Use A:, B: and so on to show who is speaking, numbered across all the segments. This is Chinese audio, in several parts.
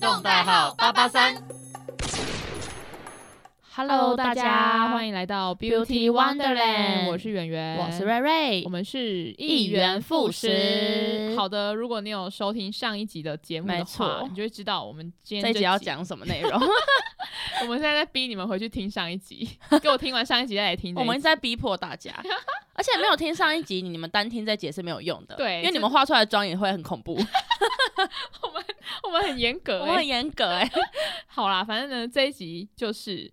A: 动代号八八三。
B: Hello，大家
C: 欢
B: 欢
C: 迎
B: 迎来到 Beauty
C: Beauty Wonderland
B: Wonderland，我是圆圆，
C: 我是，瑞瑞
B: 我，们是
C: 一元复始
B: 好的，如果你有收听上一集的节目
C: 没
B: 的话
C: 错，
B: 你就会知道我们今天
C: 这一集
B: 集
C: 要，讲什么内容？
B: 我们现在在逼你们回去听上一集，给 我听完上一集再来听这一集。
C: 我们一直在逼迫大家， 而且没有听上一集，你们单听这集是没有用的，
B: 对
C: 因为
B: 就
C: 你们画出来的妆也会很恐怖，
B: 我们很严格、
C: 我
B: 欸，
C: 很严格 哎，
B: 好啦，反正呢这一集就是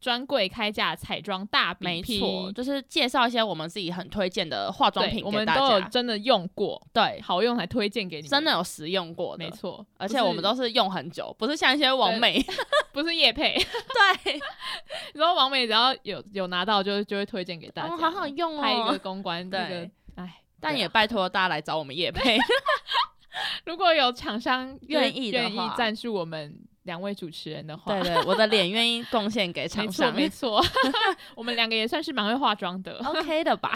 B: 专柜开价彩妆大比
C: 没
B: 拼，
C: 错，就是介绍一些我们自己很推荐的化妆
B: 对，
C: 品
B: 我
C: 给
B: 们
C: 大
B: 都有
C: 家，
B: 真的用过，
C: 对，
B: 好用才推荐给你们，
C: 真的有实用过
B: 没
C: 的。
B: 错，
C: 而
B: 不
C: 且
B: 是
C: 我们都是用很久，不是像一些网美，
B: 不是叶配。
C: 对，
B: 你知道王美只要有有拿到就就会推荐给大家，
C: 哦，好好用
B: 拍一个
C: 哦。
B: 公关
C: 对
B: 那个，哎，
C: 但
B: 对
C: 也
B: 啊
C: 拜托大家来找我们 叶配，
B: 如果有厂商
C: 愿意的
B: 愿意
C: 话
B: 赞助我们两位主持人的话，
C: 对对，我的脸愿意贡献给
B: 没
C: 厂
B: 错
C: 商
B: 没错， 我们两个也算是蛮会化妆的。
C: ，OK 的吧？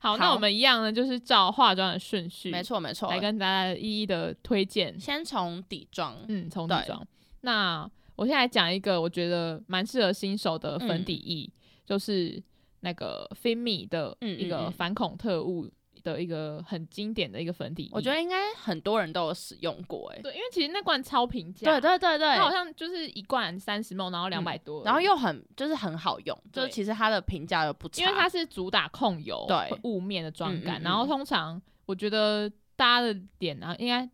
B: 好，那
C: 好
B: 我们一样呢，就是照化妆的顺序，
C: 没，错没错
B: 来，跟大家一一的推荐。
C: 先从底妆，
B: 嗯，从底
C: 对
B: 妆。那我现在讲一个我觉得蛮适合新手的粉底液，就是那个 Fimi 的
C: 嗯
B: 一
C: 嗯
B: 个
C: 嗯
B: 反恐特务的一个很经典的一个粉底液。
C: 我觉得应该很多人都有使用过、哎，
B: 对，因为其实那罐超平价，
C: 对，对对对，嗯
B: 它好像就是一罐三十 ml，然后两百多而已、
C: 然后又很就是很好用，就
B: 对
C: 是其实它的评价又不差，
B: 因为它是主打控油、
C: 对
B: 会雾面的妆感，
C: 嗯嗯嗯
B: 然后通常我觉得大家的脸啊，应该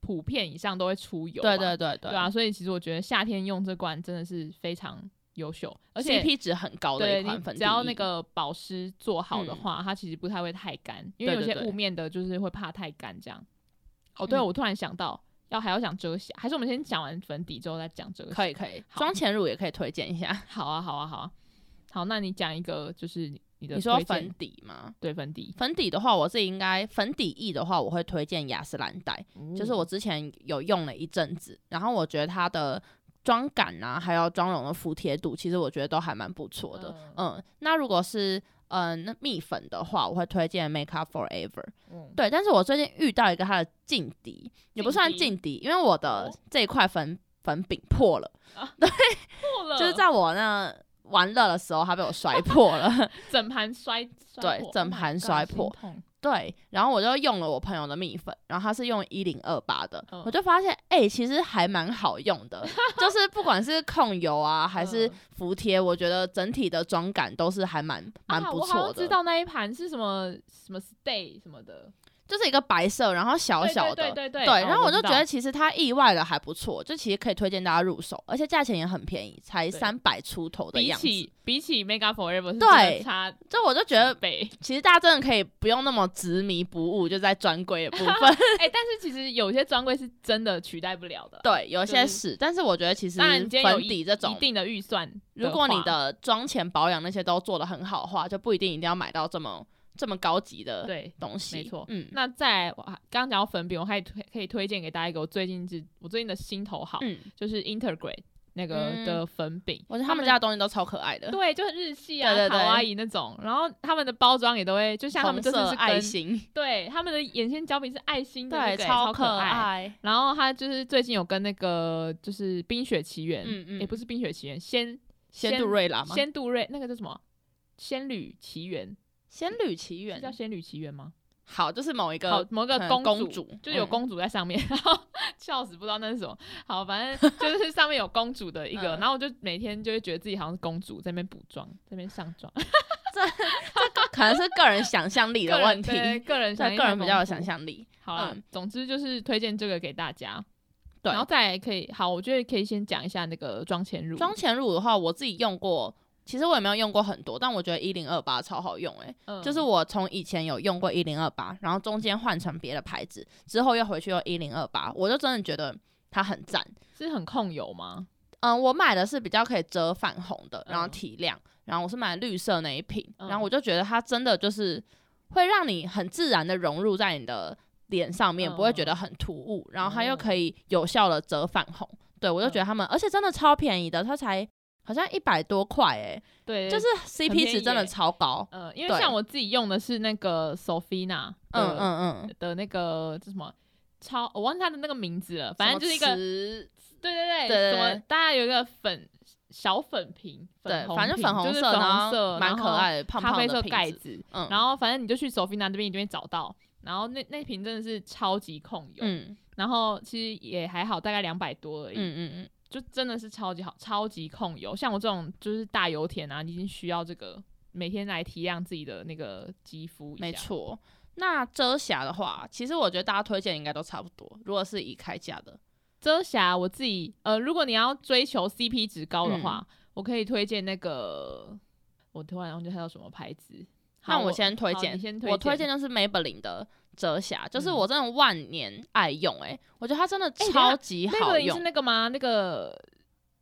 B: 普遍以上都会出油吧，
C: 对对对对，
B: 对啊，所以其实我觉得夏天用这罐真的是非常优秀，而且
C: CP 值很高的
B: 对你
C: 一款粉底
B: 只要那个保湿做好的
C: 嗯
B: 话，它其实不太会太干，因为
C: 对
B: 有
C: 对
B: 些
C: 对
B: 雾面的就是会怕太干这样。哦，对，
C: 嗯
B: 我突然想到要还要讲遮瑕，还是我们先讲完粉底之后再讲遮瑕？
C: 可以可以，
B: 好
C: 妆前乳也可以推荐一下。
B: 好啊，好啊，好啊，好，那你讲一个就是你的
C: 你说
B: 推荐
C: 粉底吗？
B: 对粉底，
C: 粉底的话，我自己应该粉底液的话，我会推荐雅诗兰黛，就是
B: 嗯
C: 我之前有用了一阵子，然后我觉得它的妆感啊，还有妆容的服帖度，其实我觉得都还蛮不错的。嗯那如果是嗯、那蜜粉的话，我会推荐 Make Up Forever。
B: 嗯
C: 对，但是我最近遇到一个它的劲敌，也不算劲
B: 劲
C: 敌，因为我的
B: 哦
C: 这一块粉粉饼破了，
B: 破了，
C: 就是在我那玩乐的时候，它被我摔 破了。
B: 整盘摔，摔
C: 对
B: 破
C: 整
B: Oh my
C: 盘
B: God，
C: 摔
B: 心
C: 破
B: 痛
C: 对，然后我就用了我朋友的蜜粉，然后它是用一零二八的，
B: 嗯
C: 我就发现哎、欸其实还蛮好用 的，就是不管是控油啊，还是
B: 嗯
C: 服帖，我觉得整体的妆感都是还蛮蛮
B: 啊
C: 不
B: 我好
C: 错
B: 像知
C: 的，
B: 道那一盘是什么什么 stay 什么的，
C: 就是一个白色，然后小
B: 对
C: 小
B: 对
C: 的，
B: 对对对
C: 对，
B: 哦
C: 然后我就
B: 知
C: 觉
B: 道
C: 得其实它意外的还不错，就其实可以推荐大家入手，而且价钱也很便宜，才
B: 对
C: 三百出头的
B: 比
C: 样子。
B: 起嗯比起 Mega Forever 是真
C: 对
B: 的差
C: 就我就
B: 几
C: 觉得，
B: 倍，
C: 其实大家真的可以不用那么执迷不悟，就在专柜的部 分。
B: 哎、但是其实有些专柜是真的取代不了的。
C: 对，有一些，
B: 就是
C: 但是我觉得其实
B: 当然，你今天有
C: 粉
B: 一
C: 底这
B: 一
C: 种，
B: 定的预算
C: 如果你
B: 话
C: 的妆前保养那些都做得很好的话，就不一定一定要买到这么这么高级的
B: 对，
C: 东西。
B: 没错
C: 嗯
B: 那再来我还啊刚刚讲到粉饼，我还推可以推荐给大家一个我最近是我最近的心头好，
C: 嗯，
B: 就是 Integrate 那个
C: 嗯
B: 的粉饼，
C: 我觉得他们家的东西都超可爱的，
B: 对，就是日系啊、
C: 对对对
B: 卡哇伊那种，然后他们的包装也都会，就像他
C: 红
B: 们这次
C: 色
B: 是
C: 爱
B: 跟
C: 心，
B: 对他们的眼线胶笔是爱心的那
C: 对，
B: 个、
C: 超
B: 超可爱。
C: 爱。
B: 然后他就是最近有跟那个就是《冰雪奇缘》，
C: 嗯嗯
B: 也不是《冰雪奇缘》，仙
C: 仙杜瑞拉吗？
B: 仙杜瑞那个叫什么？仙女奇缘
C: 仙女奇
B: 是叫
C: 缘，
B: 仙女奇缘吗？
C: 好，就是某一
B: 好
C: 个，
B: 某个
C: 可能
B: 公
C: 公主
B: 就有
C: 嗯
B: 公主在上面， 然后笑死，不知道那是什么。好，反 正就是上面有公主的一个，
C: 嗯
B: 然后我就每天就会觉得自己好像是公主在那边补妆，在那边上妆。
C: 可能是个人想象力的
B: 个
C: 问
B: 人
C: 题，
B: 对个人想
C: 对
B: 象
C: 个人
B: 太
C: 比较有
B: 丰
C: 想
B: 富。
C: 象力。
B: 好啦，
C: 嗯
B: 总之就是推荐这个给大家。
C: 对
B: 然后再来可以好，我觉得可以先讲一下那个妆前乳。
C: 妆前乳的话，我自己用过，其实我也没有用过很多，但我觉得一零二八超好用、欸，
B: 嗯
C: 就是我从以前有用过一零二八，然后中间换成别的牌子，之后又回去用一零二八，我就真的觉得它很赞。
B: 是很控油吗？
C: 嗯，我买的是比较可以遮泛红的，
B: 嗯
C: 然后提亮，然后我是买绿色那一瓶，
B: 嗯
C: 然后我就觉得它真的就是会让你很自然的融入在你的脸上面，
B: 嗯
C: 不会觉得很突兀，然后它又
B: 哦嗯
C: 可以有效的遮泛红。对我就觉得他们，而且真的超便宜的，它才好像一百多块诶、
B: 对，
C: 就是 CP
B: 便
C: 值
B: 宜
C: 真的
B: 耶
C: 超高。
B: 呃，因为
C: 对
B: 像我自己用的是那个 Sofina
C: 嗯
B: 的
C: 嗯嗯，
B: 的那个这什么超，我忘记它的那个名字了，反正就是一个
C: 什么瓷
B: 对对对，
C: 对对
B: 什么
C: 对
B: 大家有一个粉小粉瓶，
C: 对，
B: 红
C: 反正
B: 瓶
C: 粉红
B: 就是
C: 色，
B: 粉
C: 然
B: 红
C: 后
B: 色，
C: 蛮可爱的，胖
B: 然后咖
C: 胖
B: 啡
C: 的
B: 色
C: 瓶
B: 盖
C: 子，
B: 子，
C: 嗯，
B: 然后反正你就去 Sofina 这边，你就会找到。然后那那瓶真的是超级控油，
C: 嗯
B: 然后其实也还好，大概两百多而
C: 嗯
B: 已，
C: 嗯嗯，
B: 就真的是超级好，超级控油。像我这种就是大油田啊，你已经需要这个每天来提亮自己的那个肌肤一下。
C: 没错。那遮瑕的话，其实我觉得大家推荐应该都差不多。如果是以开价的，
B: 遮瑕我自己呃，如果你要追求 CP 值高的话，
C: 嗯
B: 我可以推荐那个，我突然忘记它叫什么牌子。
C: 那
B: 好
C: 我先推
B: 好
C: 荐
B: 你先推
C: 我推荐就是 Maybelline 的遮瑕，就是
B: 嗯
C: 我真的万年爱用哎、我觉得它真的
B: 等一下
C: 超级
B: 那
C: 好
B: 个你是
C: 用，
B: 那个吗？那个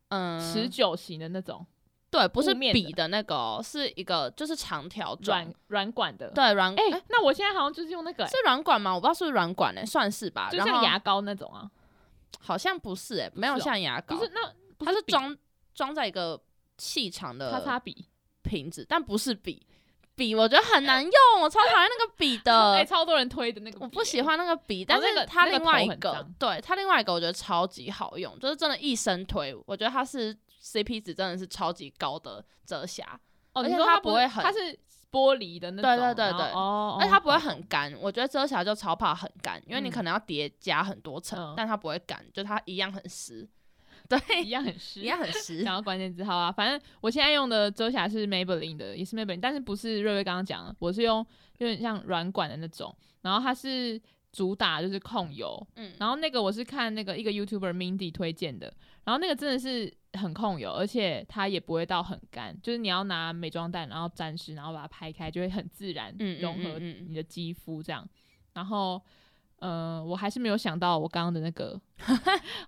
C: 嗯，
B: 持久型的那种
C: 对，不是
B: 雾面的
C: 笔的那个、哦，是一个就是长条状
B: 软，软管的。，
C: 对软，
B: 哎、
C: 诶
B: 那我现在好像就是用那个、欸
C: 是软管吗？我不知道是不是软管哎、算是吧，
B: 就
C: 然
B: 像
C: 后
B: 牙膏那种啊，
C: 好像不是哎、没有
B: 是哦
C: 像牙膏，
B: 不是那不
C: 它是
B: 笔
C: 装装在一个细长
B: 擦擦
C: 的
B: 笔，
C: 瓶子，但不是笔。笔我觉得很难用，我超讨厌那个笔
B: 哎、
C: 的，
B: 超多人推的那个、哦
C: 呃我不喜。欢那个笔。但
B: 那个
C: 是它
B: 那个
C: 另外
B: 头
C: 一
B: 很
C: 个
B: 脏，
C: 对它另外一个，我觉得超级好用，就是真的一生推。我觉得它是 CP 值真的是超级高的遮瑕，
B: 哦，
C: 而
B: 你
C: 且
B: 说
C: 它
B: 它
C: 不会很
B: 它是玻璃的那种，
C: 对对对
B: 然后
C: 对
B: 哦，
C: 而且它不会
B: 哦
C: 很干。我觉得遮瑕就超怕很干，因为你
B: 嗯
C: 可能要叠加很多层
B: 嗯，
C: 但它不会干，就它一样很湿。对，
B: 一样很湿，
C: 一样很湿。
B: 然后关键字号啊，反正我现在用的遮瑕是 Maybelline 的，也是 Maybelline，但是不是瑞瑞刚刚讲的，我是用有点像软管的那种，然后它是主打就是控油，
C: 嗯，
B: 然后那个我是看那个一个 YouTuber Mindy 推荐的，然后那个真的是很控油，而且它也不会到很干，就是你要拿美妆蛋然后沾湿，然后把它拍开，就会很自然
C: 嗯嗯
B: 融合
C: 嗯嗯嗯
B: 你的肌肤这样，然后。呃，我还是没有想到我刚刚的那 个，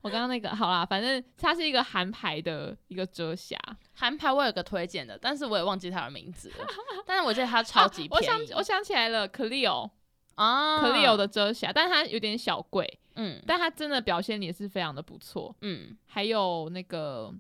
B: 我刚刚那个好啦，反正它是一个韩牌的一个遮瑕，
C: 韩牌我有个推荐的，但是我也忘记它的名字 了。但是我记得它超级
B: 啊 我
C: 便
B: 想
C: 宜
B: 我想起来了，Clio
C: 啊
B: Clio 的遮瑕，但它有点小贵，
C: 嗯
B: 但它真的表现也是非常的不错。
C: 嗯，
B: 还有那个，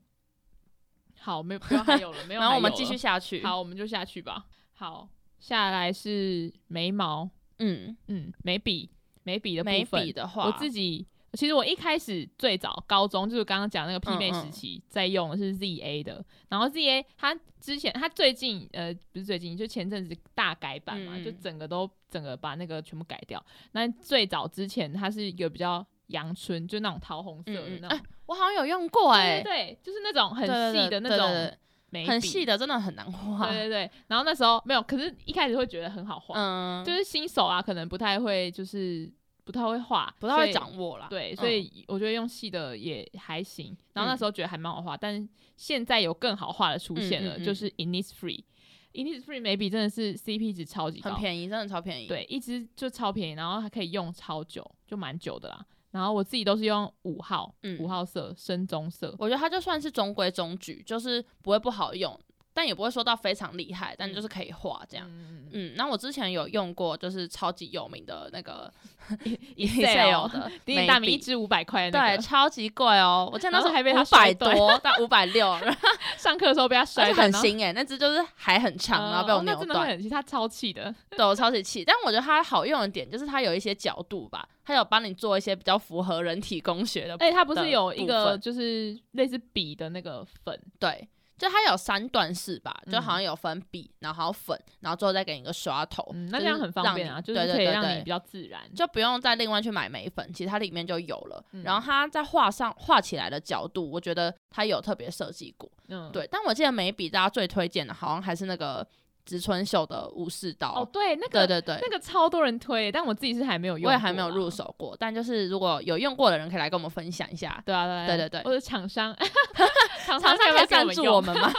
B: 好，没有不要还有了， 没有。
C: 然后我们继续，下去。，
B: 好，我们就下去吧。好，下来是眉毛，
C: 嗯，
B: 嗯，眉笔，眉笔的部
C: 眉
B: 分。
C: 笔的话，
B: 我自己其实我一开始最早高中就是刚刚讲那个媲美
C: 嗯嗯
B: 时期在用的是 ZA 的，然后 ZA 它之前它最近呃不是最近就前阵子大改版嘛，
C: 嗯嗯
B: 就整个都整个把那个全部改掉。那最早之前它是有比较阳春，就那种桃红色的
C: 嗯嗯
B: 那种，
C: 我好像有用过哎、
B: 对对对，就是那种欸很
C: 对对
B: 细的
C: 对
B: 那
C: 对
B: 种
C: 对
B: 眉
C: 对
B: 笔，
C: 很细的，真的很难画
B: 对。对对。然后那时候没有，可是一开始会觉得很好画，
C: 嗯，
B: 就是新手啊，可能不太会，就是不太会画，
C: 不太
B: 所
C: 会
B: 以
C: 掌握啦。
B: 对，
C: 嗯
B: 所以我觉得用细的也还行。然后那时候觉得还蛮好画，但现在有更好画的出现了，
C: 嗯嗯嗯
B: 就是 Innisfree。Innisfree 眉笔真的是 CP 值超级
C: 很
B: 高，
C: 便宜，真的超便宜。，
B: 对，一支就超便宜，然后它可以用超久，就蛮久的啦。然后我自己都是用五号，
C: 嗯
B: 五、号色深棕色，
C: 我觉得它就算是中规中矩，就是不会不好用，但也不会说到非常厉害，但就是可以画这样。
B: 嗯，
C: 嗯，那我之前有用过，就是超级有名的 那个
B: Excel
C: 的
B: 鼎鼎
C: 眉
B: 大名
C: 笔
B: 一支五百块的那
C: 对，
B: 个，
C: 超级贵哦！我记得那
B: 然
C: 时
B: 后
C: 候
B: 还被他
C: 五百
B: 摔断
C: 多到五百六，然后
B: 上课的时候被他摔
C: 而且
B: 断，
C: 很
B: 然后
C: 新哎，那只就是还很长，然后被
B: 呃
C: 我
B: 哦那
C: 扭
B: 真的会
C: 断，
B: 很气，他超气 的。
C: 对我超级气。但我觉得它好用的点就是它有一些角度吧，它有帮你做一些比较符合人体工学的，
B: 哎，它不是
C: 的
B: 有一
C: 部
B: 个
C: 分
B: 就是类似笔的那个粉，
C: 对，就它有三段式吧，就好
B: 嗯
C: 像有分笔，然后还有粉，然后最后再给你一个刷头，
B: 嗯，那
C: 就
B: 这样
C: 是
B: 很方
C: 让
B: 便
C: 你
B: 啊，就
C: 对
B: 是
C: 对
B: 可以
C: 对
B: 让
C: 对
B: 你比较自然。
C: 就不用再另外去买眉粉，其实它里面就有了。
B: 嗯
C: 然后它在画上画起来的角度，我觉得它有特别设计过。
B: 嗯，
C: 对，但我记得眉笔大家最推荐的，好像还是那个植村秀的武士刀。
B: 哦，对，那
C: 对
B: 个
C: 对对，
B: 那个超多人推，但我自己是还没有用，啊
C: 我也还没有入。手过，但就是如果有用过的人，可以来跟我们分享一下。
B: 对啊，对啊
C: 对对对
B: 或者厂商， 厂要
C: 常常
B: 不
C: 可以
B: 要给
C: 赞助我
B: 用？
C: 们 吗？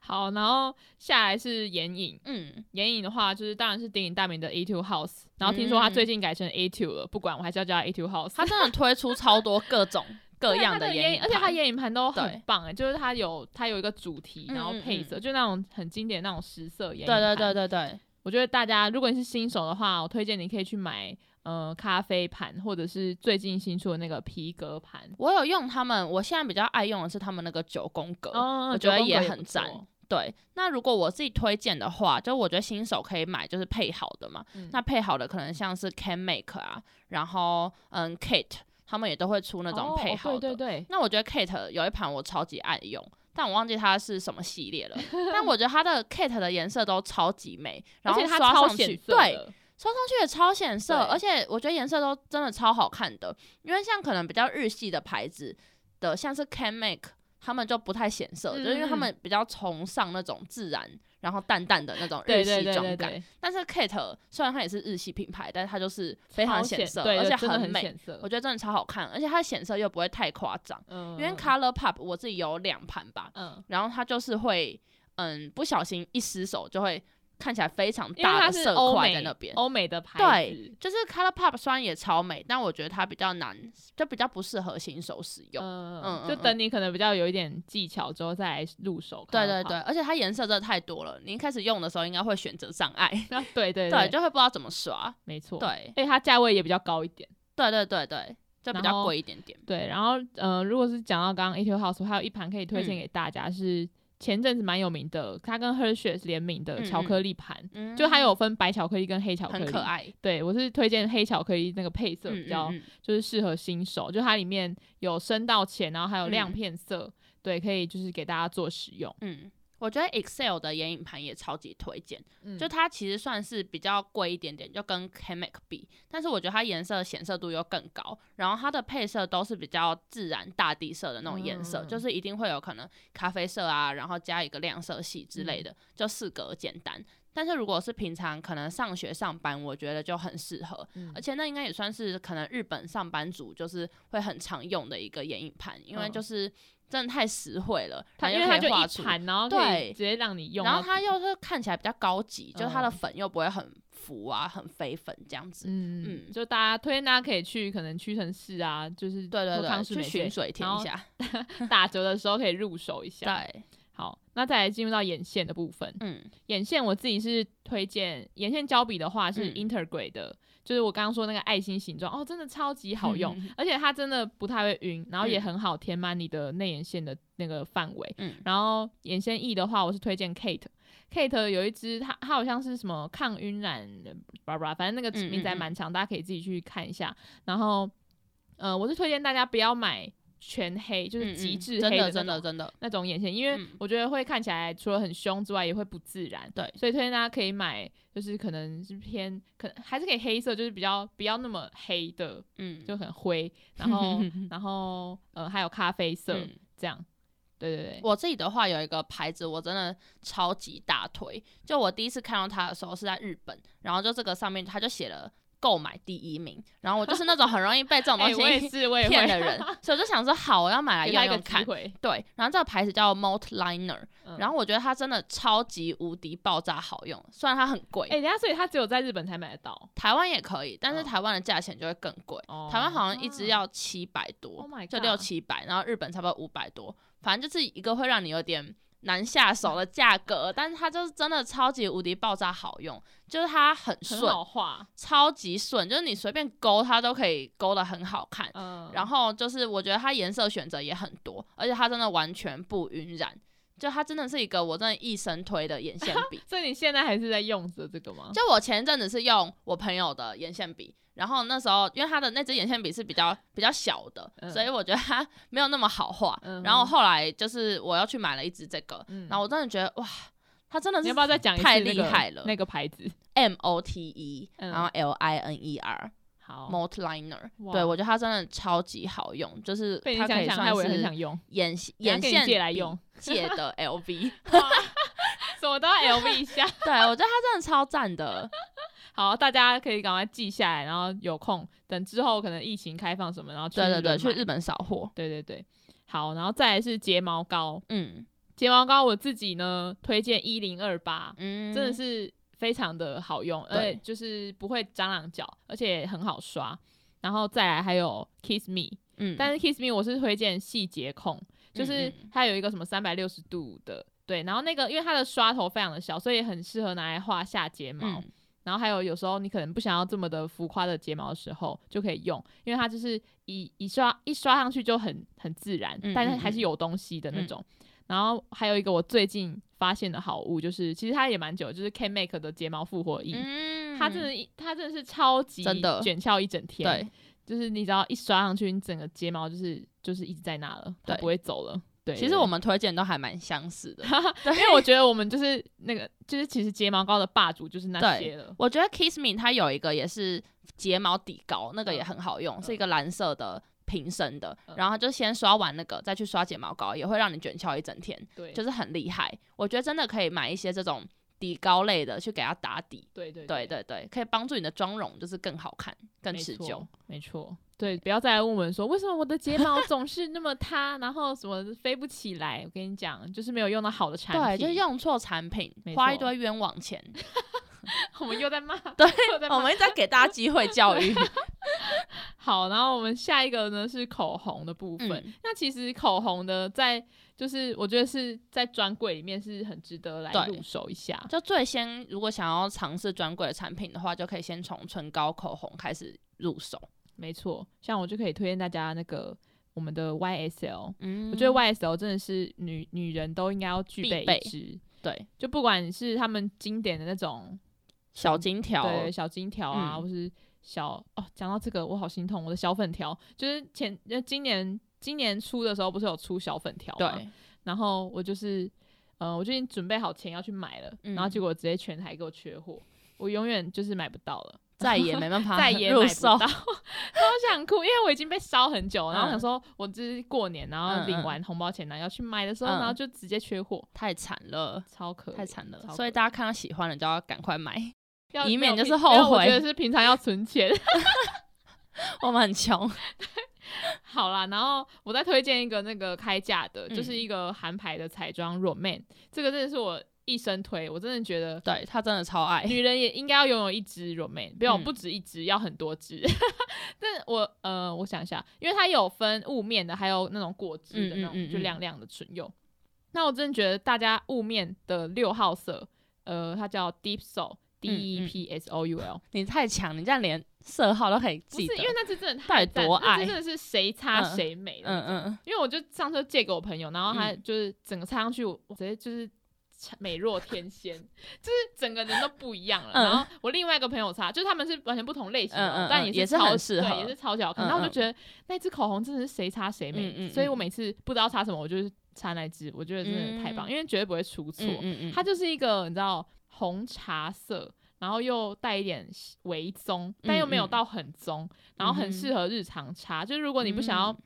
B: 好，然后下来是眼影，
C: 嗯，
B: 眼影的话就是当然是鼎鼎大名的 A Two House，然后听说它
C: 嗯
B: 最近改成 A Two 了，不管我还是要叫它 A Two House。
C: 它真的推出超多各 种各
B: 对它啊
C: 样
B: 的
C: 眼
B: 影，而且它
C: 盘
B: 眼影盘都
C: 对
B: 很棒哎，就是它有它有一个主题，然后
C: 嗯嗯
B: 配
C: 嗯
B: 色，就那种很经典的那种十色眼影
C: 对
B: 盘
C: 对对对对，
B: 我觉得大家如果你是新手的话，我推荐你可以去买呃咖啡盘，或者是最近新出的那个皮革盘。
C: 我有用他们，我现在比较爱用的是他们那个九宫格。
B: 哦
C: 我觉得
B: 九宫格
C: 也
B: 也
C: 很
B: 不
C: 赞
B: 错
C: 对，那如果我自己推荐的话，就我觉得新手可以买就是配好的嘛。
B: 嗯
C: 那配好的可能像是 Can Make 啊，然后嗯 Kate 他们也都会出那种
B: 哦
C: 配
B: 哦
C: 好的。
B: 对对对，
C: 那我觉得 Kate 有一盘我超级爱用，但我忘记它是什么系列了。 但我觉得它的 Kate 的颜色都超级美，然后
B: 而且它
C: 刷
B: 超
C: 上去，
B: 显色
C: 对，
B: 的，
C: 刷上去也超显色，
B: 对
C: 而且我觉得颜色都真的超好看的。因为像可能比较日系的牌子的，像是 Can Make，他们就不太显色，
B: 嗯
C: 就是因为他
B: 嗯
C: 们比较崇尚那种自然，然后淡淡的那种日
B: 对
C: 系
B: 对对
C: 妆
B: 对
C: 感。
B: 对，
C: 但是 Kate 虽然它也是日系品牌，但是它就是非
B: 超
C: 常
B: 显
C: 显色，
B: 对
C: 而且
B: 真的很
C: 美。
B: 显色
C: 我，觉得真的超好看，而且它的显色又不会太夸张。
B: 嗯
C: 因为 Color Pop 我自己有两盘吧，
B: 嗯，
C: 然后它就是会，嗯，不小心一失手就会看起来非常
B: 因为
C: 大
B: 它
C: 的
B: 是
C: 色
B: 欧
C: 块
B: 美
C: 在那边。
B: 欧美的牌
C: 对
B: 子，
C: 就是 Color Pop 虽然也超美，但我觉得它比较难，就比较不适合新手使用。
B: 嗯
C: 嗯
B: 就
C: 嗯
B: 等你可能比较有一点技巧之后再来入手。
C: 对
B: 看
C: 对
B: 好
C: 对，而且它颜色真的太多了，你一开始用的时候应该会选择障碍，
B: 不好，那啊对对
C: 对，就会不知道怎么刷。
B: 没错，，
C: 对，
B: 哎，它价位也比较高一点。
C: 对对对对，就比
B: 然后
C: 较贵一点点。
B: 对，然后呃，如果是讲到刚刚 Etude House，我还有一盘可以推荐
C: 嗯
B: 给大家，是前阵子蛮有名的，它跟 Hershey's 联名的
C: 嗯
B: 巧
C: 嗯
B: 克力盘，
C: 嗯
B: 就它有分白巧克力跟黑巧克力。
C: 很可爱，
B: 对我是推荐黑巧克力那个配色
C: 嗯
B: 比较，
C: 嗯嗯
B: 就是适合新手，就它里面有深到浅，然后还有亮
C: 嗯
B: 片色，对，可以就是给大家做使用。
C: 嗯，我觉得 Excel 的眼影盘也超级推荐，
B: 嗯，
C: 就它其实算是比较贵一点点，就跟 c a m i c 比，但是我觉得它颜色显色度又更高，然后它的配色都是比较自然大地色的那种颜色，
B: 嗯
C: 就是一定会有可能咖啡色啊，然后加一个亮色系之
B: 嗯
C: 类的，就四格简单。但是如果是平常可能上学上班，我觉得就很适合，
B: 嗯
C: 而且那应该也算是可能日本上班族就是会很常用的一个眼影盘，因为
B: 嗯
C: 就是真的太实惠了，
B: 它
C: 然
B: 因
C: 后
B: 为它
C: 又可
B: 就
C: 以画出
B: 一盘，然后可以
C: 对
B: 直接让你用到
C: 然
B: 底，
C: 后它又是看起来比较高级，就是它的
B: 嗯
C: 粉又不会很浮啊，很飞粉这样子。
B: 嗯，嗯
C: 嗯
B: 就大家推荐大家可以去可能屈臣氏啊，就是
C: 对对
B: 或康
C: 对，
B: 士
C: 去
B: 美
C: 寻
B: 街
C: 水填一下。
B: 打折的时候可以入手一下。
C: 对，
B: 好，那再来进入到眼线的部分。
C: 嗯
B: 眼线我自己是推荐眼线胶笔的话是
C: 嗯
B: Intergrade 的，就是我刚刚说那个爱心形状，哦，真的超级好用，
C: 嗯
B: 而且它真的不太会晕，然后也
C: 嗯
B: 很好填满你的内眼线的那个范围。
C: 嗯
B: 然后眼线液的话，我是推荐 Kate。Kate 有一支，它它好像是什么抗晕染，叭叭，反正那个
C: 嗯嗯
B: 名字还蛮长，大家可以自己去看一下。然后，呃，我是推荐大家不要买全黑，就是
C: 嗯
B: 极
C: 嗯
B: 致
C: 真
B: 黑
C: 的
B: 的
C: 真
B: 那
C: 的
B: 种
C: 真的，
B: 那种眼线，因为
C: 嗯
B: 我觉得会看起来除了很凶之外，也会不自然。
C: 对
B: 所以推荐大家可以买，就是可能是偏，可能还是可以黑色，就是比较不要那么黑的，
C: 嗯，哦
B: 就 很灰。然 后，然后呃，还有咖啡色、
C: 嗯
B: 这样。对对对，
C: 我自己的话有一个牌子，我真的超级大推。就我第一次看到它的时候是在日本，然后就这个上面它就写了购买第一名，然后我就是那种很容易被这种东
B: 哎我也
C: 西
B: 是，我也
C: 骗
B: 会
C: 的人，所以我就想说好，我要买来
B: 给他
C: 用
B: 一个
C: 用
B: 机
C: 看。
B: 会。
C: 对，然后这个牌子叫 Malt Liner，、
B: 嗯
C: 然后我觉得它真的超级无敌爆炸好用，虽然它很贵，
B: 哎、等一下，所以他只有在日本才买得到。
C: 台湾也可以，但是
B: 嗯
C: 台湾的价钱就会更贵，
B: 哦
C: 台湾好像一支
B: 啊
C: 要七百多
B: Oh my
C: 就六
B: god
C: 七百，然后日本差不多五百多，反正就是一个会让你有点难下手的价格，但是它就是真的超级无敌爆炸好用，就是它很
B: 很
C: 顺，
B: 好画，
C: 超级顺，就是你随便勾它都可以勾得很好看。
B: 嗯，。
C: 然后就是我觉得它颜色选择也很多，而且它真的完全不晕染，就它真的是一个我真的一生推的眼线笔
B: 所以你现在还是在用着这个吗？
C: 就我前一阵子是用我朋友的眼线笔，然后那时候因为他的那支眼线笔是比较比较小的，
B: 嗯
C: 所以我觉得它没有那么好画。
B: 嗯哼
C: 然后后来就是我又去买了一支这个，
B: 嗯
C: 然后我真的觉得哇，它真的
B: 你
C: 是
B: 要不要再讲一次、
C: 太
B: 那个
C: 厉害了
B: 那个牌子？
C: M O T E，
B: 嗯
C: 然后 L I N E R
B: 好，
C: Malt Liner，
B: 哇
C: 对我觉得它真的超级好用，就是
B: 被你
C: 它可
B: 想
C: 以
B: 想，害
C: 算
B: 我也很
C: 是
B: 想用，
C: 眼
B: 等下
C: 眼
B: 跟你
C: 线
B: 借来
C: 笔
B: 用
C: 借 的 LV，
B: 什么都要 LV 一下。
C: 对我觉得它真的超赞的，
B: 好，大家可以赶快记下来，然后有空等之后可能疫情开放什么，然后去
C: 对对对，
B: 本
C: 去
B: 买
C: 日本扫货，
B: 对对对。好，然后再来是睫毛膏，
C: 嗯
B: 睫毛膏我自己呢推荐一零二八，
C: 嗯，
B: 真的是非常的好用，而
C: 对
B: 且就是不会蟑螂脚，而且很好刷。然后再来还有 Kiss Me，、
C: 嗯，
B: 但是 Kiss Me 我是推荐细节控，就是
C: 嗯嗯
B: 它有一个什么三百六十度的，对，然后那个因为它的刷头非常的小，所以很适合拿来画下睫毛。
C: 嗯
B: 然后还有有时候你可能不想要这么的浮夸的睫毛的时候，就可以用，因为它就是一一刷一刷上去就很很自然，
C: 嗯
B: 但是
C: 嗯
B: 还是
C: 嗯
B: 有东西的那种。然后还有一个我最近发现的好物，就是其实它也蛮久，就是 K Make 的睫毛复活液，
C: 嗯
B: 它真的一，它真的是超级
C: 真的
B: 卷翘一整天，
C: 对，
B: 就是你只要一刷上去，你整个睫毛就是就是一直在那了，它
C: 对
B: 不会走了。对，
C: 其实我们推荐都还蛮相 似的。
B: 对，因为我觉得我们就是那个，就是其实睫毛膏的霸主就是那
C: 对
B: 些了。
C: 我觉得 Kiss Me 它有一个也是睫毛底膏，那个也
B: 嗯
C: 很好用，
B: 嗯
C: 是一个蓝色的瓶身的，
B: 嗯
C: 然后它就先刷完那个，再去刷睫毛膏，也会让你卷翘一整天，
B: 对，
C: 就是很厉害。我觉得真的可以买一些这种底膏类的去给它打底，
B: 对对
C: 对对对，可以帮助你的妆容就是更好看、更
B: 没
C: 持
B: 错
C: 久。，
B: 没错。对，不要再来问我们说为什么我的睫毛总是那么塌，然后什么飞不起来。我跟你讲，就是没有用到好的产品。
C: 对，就是用错产品
B: 没，
C: 花一
B: 错
C: 堆冤 枉钱。
B: 我们又在骂，
C: 对
B: 又在
C: 我
B: 骂。
C: 们一直在给大家机会教育。
B: 好，然后我们下一个呢是口红的部分。
C: 嗯
B: 那其实口红的在就是我觉得是在专柜里面是很值得来
C: 对
B: 入手一下。
C: 就最先，如果想要尝试专柜的产品的话，就可以先从唇膏、口红开始入手。
B: 没错，像我就可以推荐大家那个我们的 YSL，、
C: 嗯
B: 我觉得 YSL 真的是女女人都应该要具
C: 必
B: 备
C: 备
B: 一支，
C: 对
B: 就不管是他们经典的那种
C: 小金条，
B: 对小金条啊，
C: 嗯
B: 或是小哦，讲到这个我好心痛，我的小粉条就是前呃今年今年出的时候不是有出小粉条吗？
C: 对，
B: 然后我就是，呃，我就已经准备好钱要去买了，
C: 嗯
B: 然后结果直接全台给我缺货，我永远就是买不到了，
C: 再也没办法
B: 再也买
C: 啊 入
B: 不
C: 手
B: 到， 超想哭，因为我已经被烧很久，然后
C: 嗯
B: 想说，我就是过年，然后领完红包钱呢要去买的时候，
C: 嗯
B: 然后就直接缺货，
C: 太惨了，
B: 超可
C: 太
B: 怜
C: 惨了。
B: 超
C: 所以
B: 可
C: 大家看到喜欢的就要赶快买，
B: 要
C: 以
B: 没有
C: 免就是
B: 平
C: 后
B: 没有我
C: 悔
B: 觉得是平常要存钱。
C: 我们很 穷。
B: 好啦，然后我再推荐一个那个开价的，
C: 嗯
B: 就是一个韩牌的彩妆 Roman，这个真的是我一生推，我真的觉得
C: 对他真的超爱，
B: 女人也应该要拥有一支 Romaine，不用
C: 嗯
B: 不止一支，要很多支。 但我呃，我想一下，因为它有分雾面的，还有那种果汁的
C: 嗯嗯
B: 那种，
C: 嗯嗯
B: 就亮亮的唇釉。那我真的觉得大家雾面的六号色，呃，它叫 Deep Soul。D
C: 嗯
B: E P S O U L，、
C: 你太强，你这样连色号都可以
B: 不
C: 嗯记
B: 是
C: 得
B: 因。为那支真的
C: 到
B: 太
C: 底
B: 赞
C: 多
B: 那支
C: 爱
B: 真的是谁擦
C: 嗯
B: 谁美的那
C: 嗯
B: 种
C: 嗯，
B: 因为我就上次借给我朋友，然后他
C: 嗯
B: 就是整个插上去，我我直接就是美若天仙， 就是整个人都不一样了。
C: 嗯
B: 然后我另外一个朋友擦，就是他们是完全不同类型的，哦
C: 嗯嗯嗯
B: 但
C: 也
B: 是
C: 是
B: 超
C: 很适合
B: 对，也是超级好看。
C: 嗯
B: 然后我就
C: 嗯
B: 觉得那支口红真的是谁擦谁美，
C: 嗯嗯嗯
B: 所以我每次不知道擦什么，我就是擦那支，我觉得真的太棒，
C: 嗯
B: 因为绝对不会出错。
C: 嗯嗯嗯，
B: 它就是一个你知道红茶色，然后又带一点微棕，但又没有
C: 嗯
B: 到很棕，然后很
C: 嗯哼
B: 适合日常擦。就是如果你不想要
C: 嗯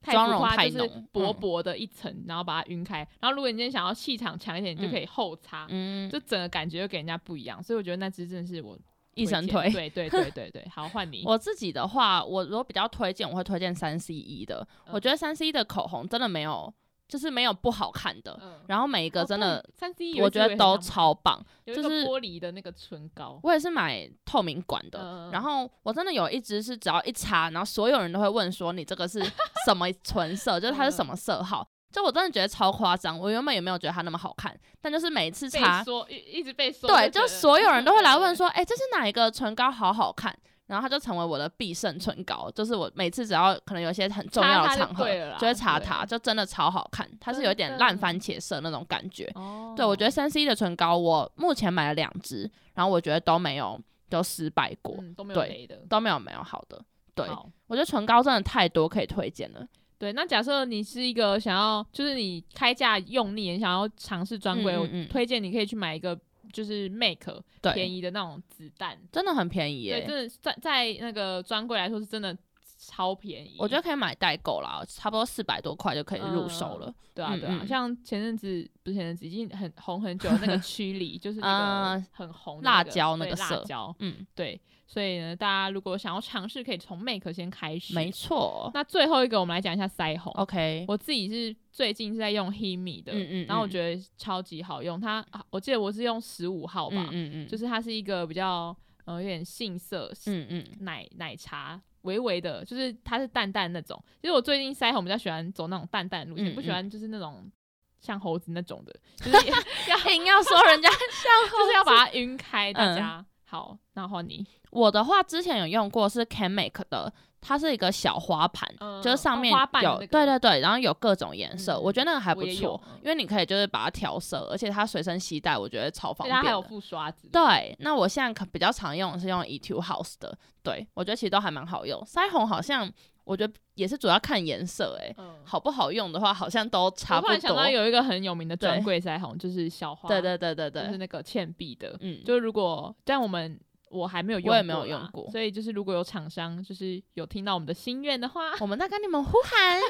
B: 太
C: 妆
B: 浮
C: 容
B: 夸
C: 太
B: 就是
C: 浓
B: 薄
C: 嗯
B: 薄的一层，然后把它晕开。然后如果你今天想要气场强一点，你就可以厚擦，
C: 嗯
B: 就整个感觉就给人家不一样。所以我觉得那支真的是我
C: 一生
B: 推
C: 推。
B: 荐对对对对对，好换你。
C: 我自己的话，我如果比较推荐，我会推荐三 C 一的。我
B: 嗯
C: 觉得三 C E 的口红真的没有，就是没有不好看的，
B: 嗯，
C: 然后每一个真哦的、
B: 三 C，
C: 我觉得都超棒。
B: 有一
C: 就
B: 个
C: 是
B: 玻璃的那个唇膏，
C: 我也是买透明管的，
B: 嗯嗯嗯
C: 然后我真的有一支是只要一擦，然后所有人都会问说你这个 是什么唇色，就是它是什么色号。就我真的觉得超夸张，我原本也没有觉得它那么好看，但就是每一次
B: 被
C: 擦，
B: 说一一直被说，
C: 对，
B: 就觉
C: 就
B: 得
C: 所有人都会来问
B: 对
C: 说，哎、这是哪一个唇膏好好看？然后它就成为我的必胜唇膏，就是我每次只要可能有一些很重
B: 擦
C: 要的
B: 它就
C: 场合
B: 对了啦，
C: 就会擦
B: 对
C: 它，就真的超好看，它是有一点
B: 真的
C: 烂番茄色那种感觉。
B: 哦，
C: 对，我觉得三 C 的唇膏，我目前买了两支，然后我觉得都没有都失败过，
B: 嗯、都没有
C: 对
B: 雷的。
C: 都没有没有好的。对，
B: 好
C: 我觉得唇膏真的太多可以推荐了。
B: 对，那假设你是一个想要，就是你开价用力，你想要尝试专柜，
C: 嗯嗯
B: 我
C: 嗯
B: 推荐你可以去买一个就是 Make 便
C: 对，
B: 宜的那种子弹，
C: 真的很便宜
B: 对，
C: 耶、
B: 真的在在那个专柜来说是真的超便宜，
C: 我觉得可以买代购啦，差不多四百多块就可以入手了。
B: 对啊
C: 嗯
B: 对啊，
C: 嗯
B: 像前阵子不是前阵子已经很红很久的 那个曲里，就是那个
C: 啊
B: 很红的
C: 辣
B: 那个
C: 椒那
B: 对
C: 个
B: 辣
C: 色
B: 椒，
C: 嗯，
B: 对，所以呢，大家如果想要尝试，可以从 Make 先开始，
C: 没错。
B: 那最后一个我们来讲一下腮红，
C: OK，
B: 我自己是最近是在用 Himi 的，
C: 嗯嗯
B: 然后我
C: 嗯
B: 觉得超级好用。它啊我记得我是用十五号吧，
C: 嗯嗯嗯，
B: 就是是它是一个比较呃有点杏色
C: 嗯 嗯，
B: 奶、奶茶。微微的，就是它是淡淡那种。其实我最近腮红比较喜欢走那种淡淡路线，
C: 嗯
B: 不喜
C: 嗯
B: 欢就是那种像猴 子那种的，就是要
C: 哎 欸硬要说人家像猴
B: 就是要把它晕开。大
C: 嗯
B: 家、好，那换你，
C: 我的话之前有用过是 CanMake 的，它是一个小花盘，
B: 嗯
C: 就是上
B: 哦
C: 面有、
B: 花瓣的那个
C: 对对对，然后有各种颜色，
B: 嗯
C: 我觉得那个还不
B: 我也有嗯
C: 错，因为你可以就是把它调色，而且它随身携带，我觉得超方
B: 对，
C: 便
B: 它还有
C: 的。
B: 附刷子，
C: 对，那我现在可比较常用的是用 Etude House 的，对我觉得其实都还蛮好用。腮红好像我觉得也是主要看颜色、欸，
B: 嗯，
C: 好不好用的话好像都差
B: 我
C: 不
B: 突然想到
C: 多。
B: 有一个很有名的专
C: 对
B: 柜腮红，就是小花，
C: 对对对对
B: 就是
C: 对，
B: 那个倩碧的，
C: 嗯，
B: 就如果但我们我还没有用，
C: 我也没有用过
B: 所以就是如果有厂商就是有听到我们的心愿的话，
C: 我们在跟你们呼喊，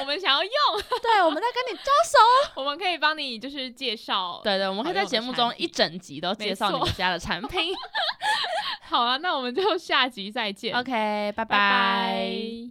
B: 我们想要用，
C: 对，我们在跟你招手。
B: 我们可以帮你就是介绍。，
C: 对对，我们可以在节目中一整集都介绍你
B: 没
C: 们家的产 品。
B: 好啊，那我们就下集再见，
C: OK，拜
B: 拜拜。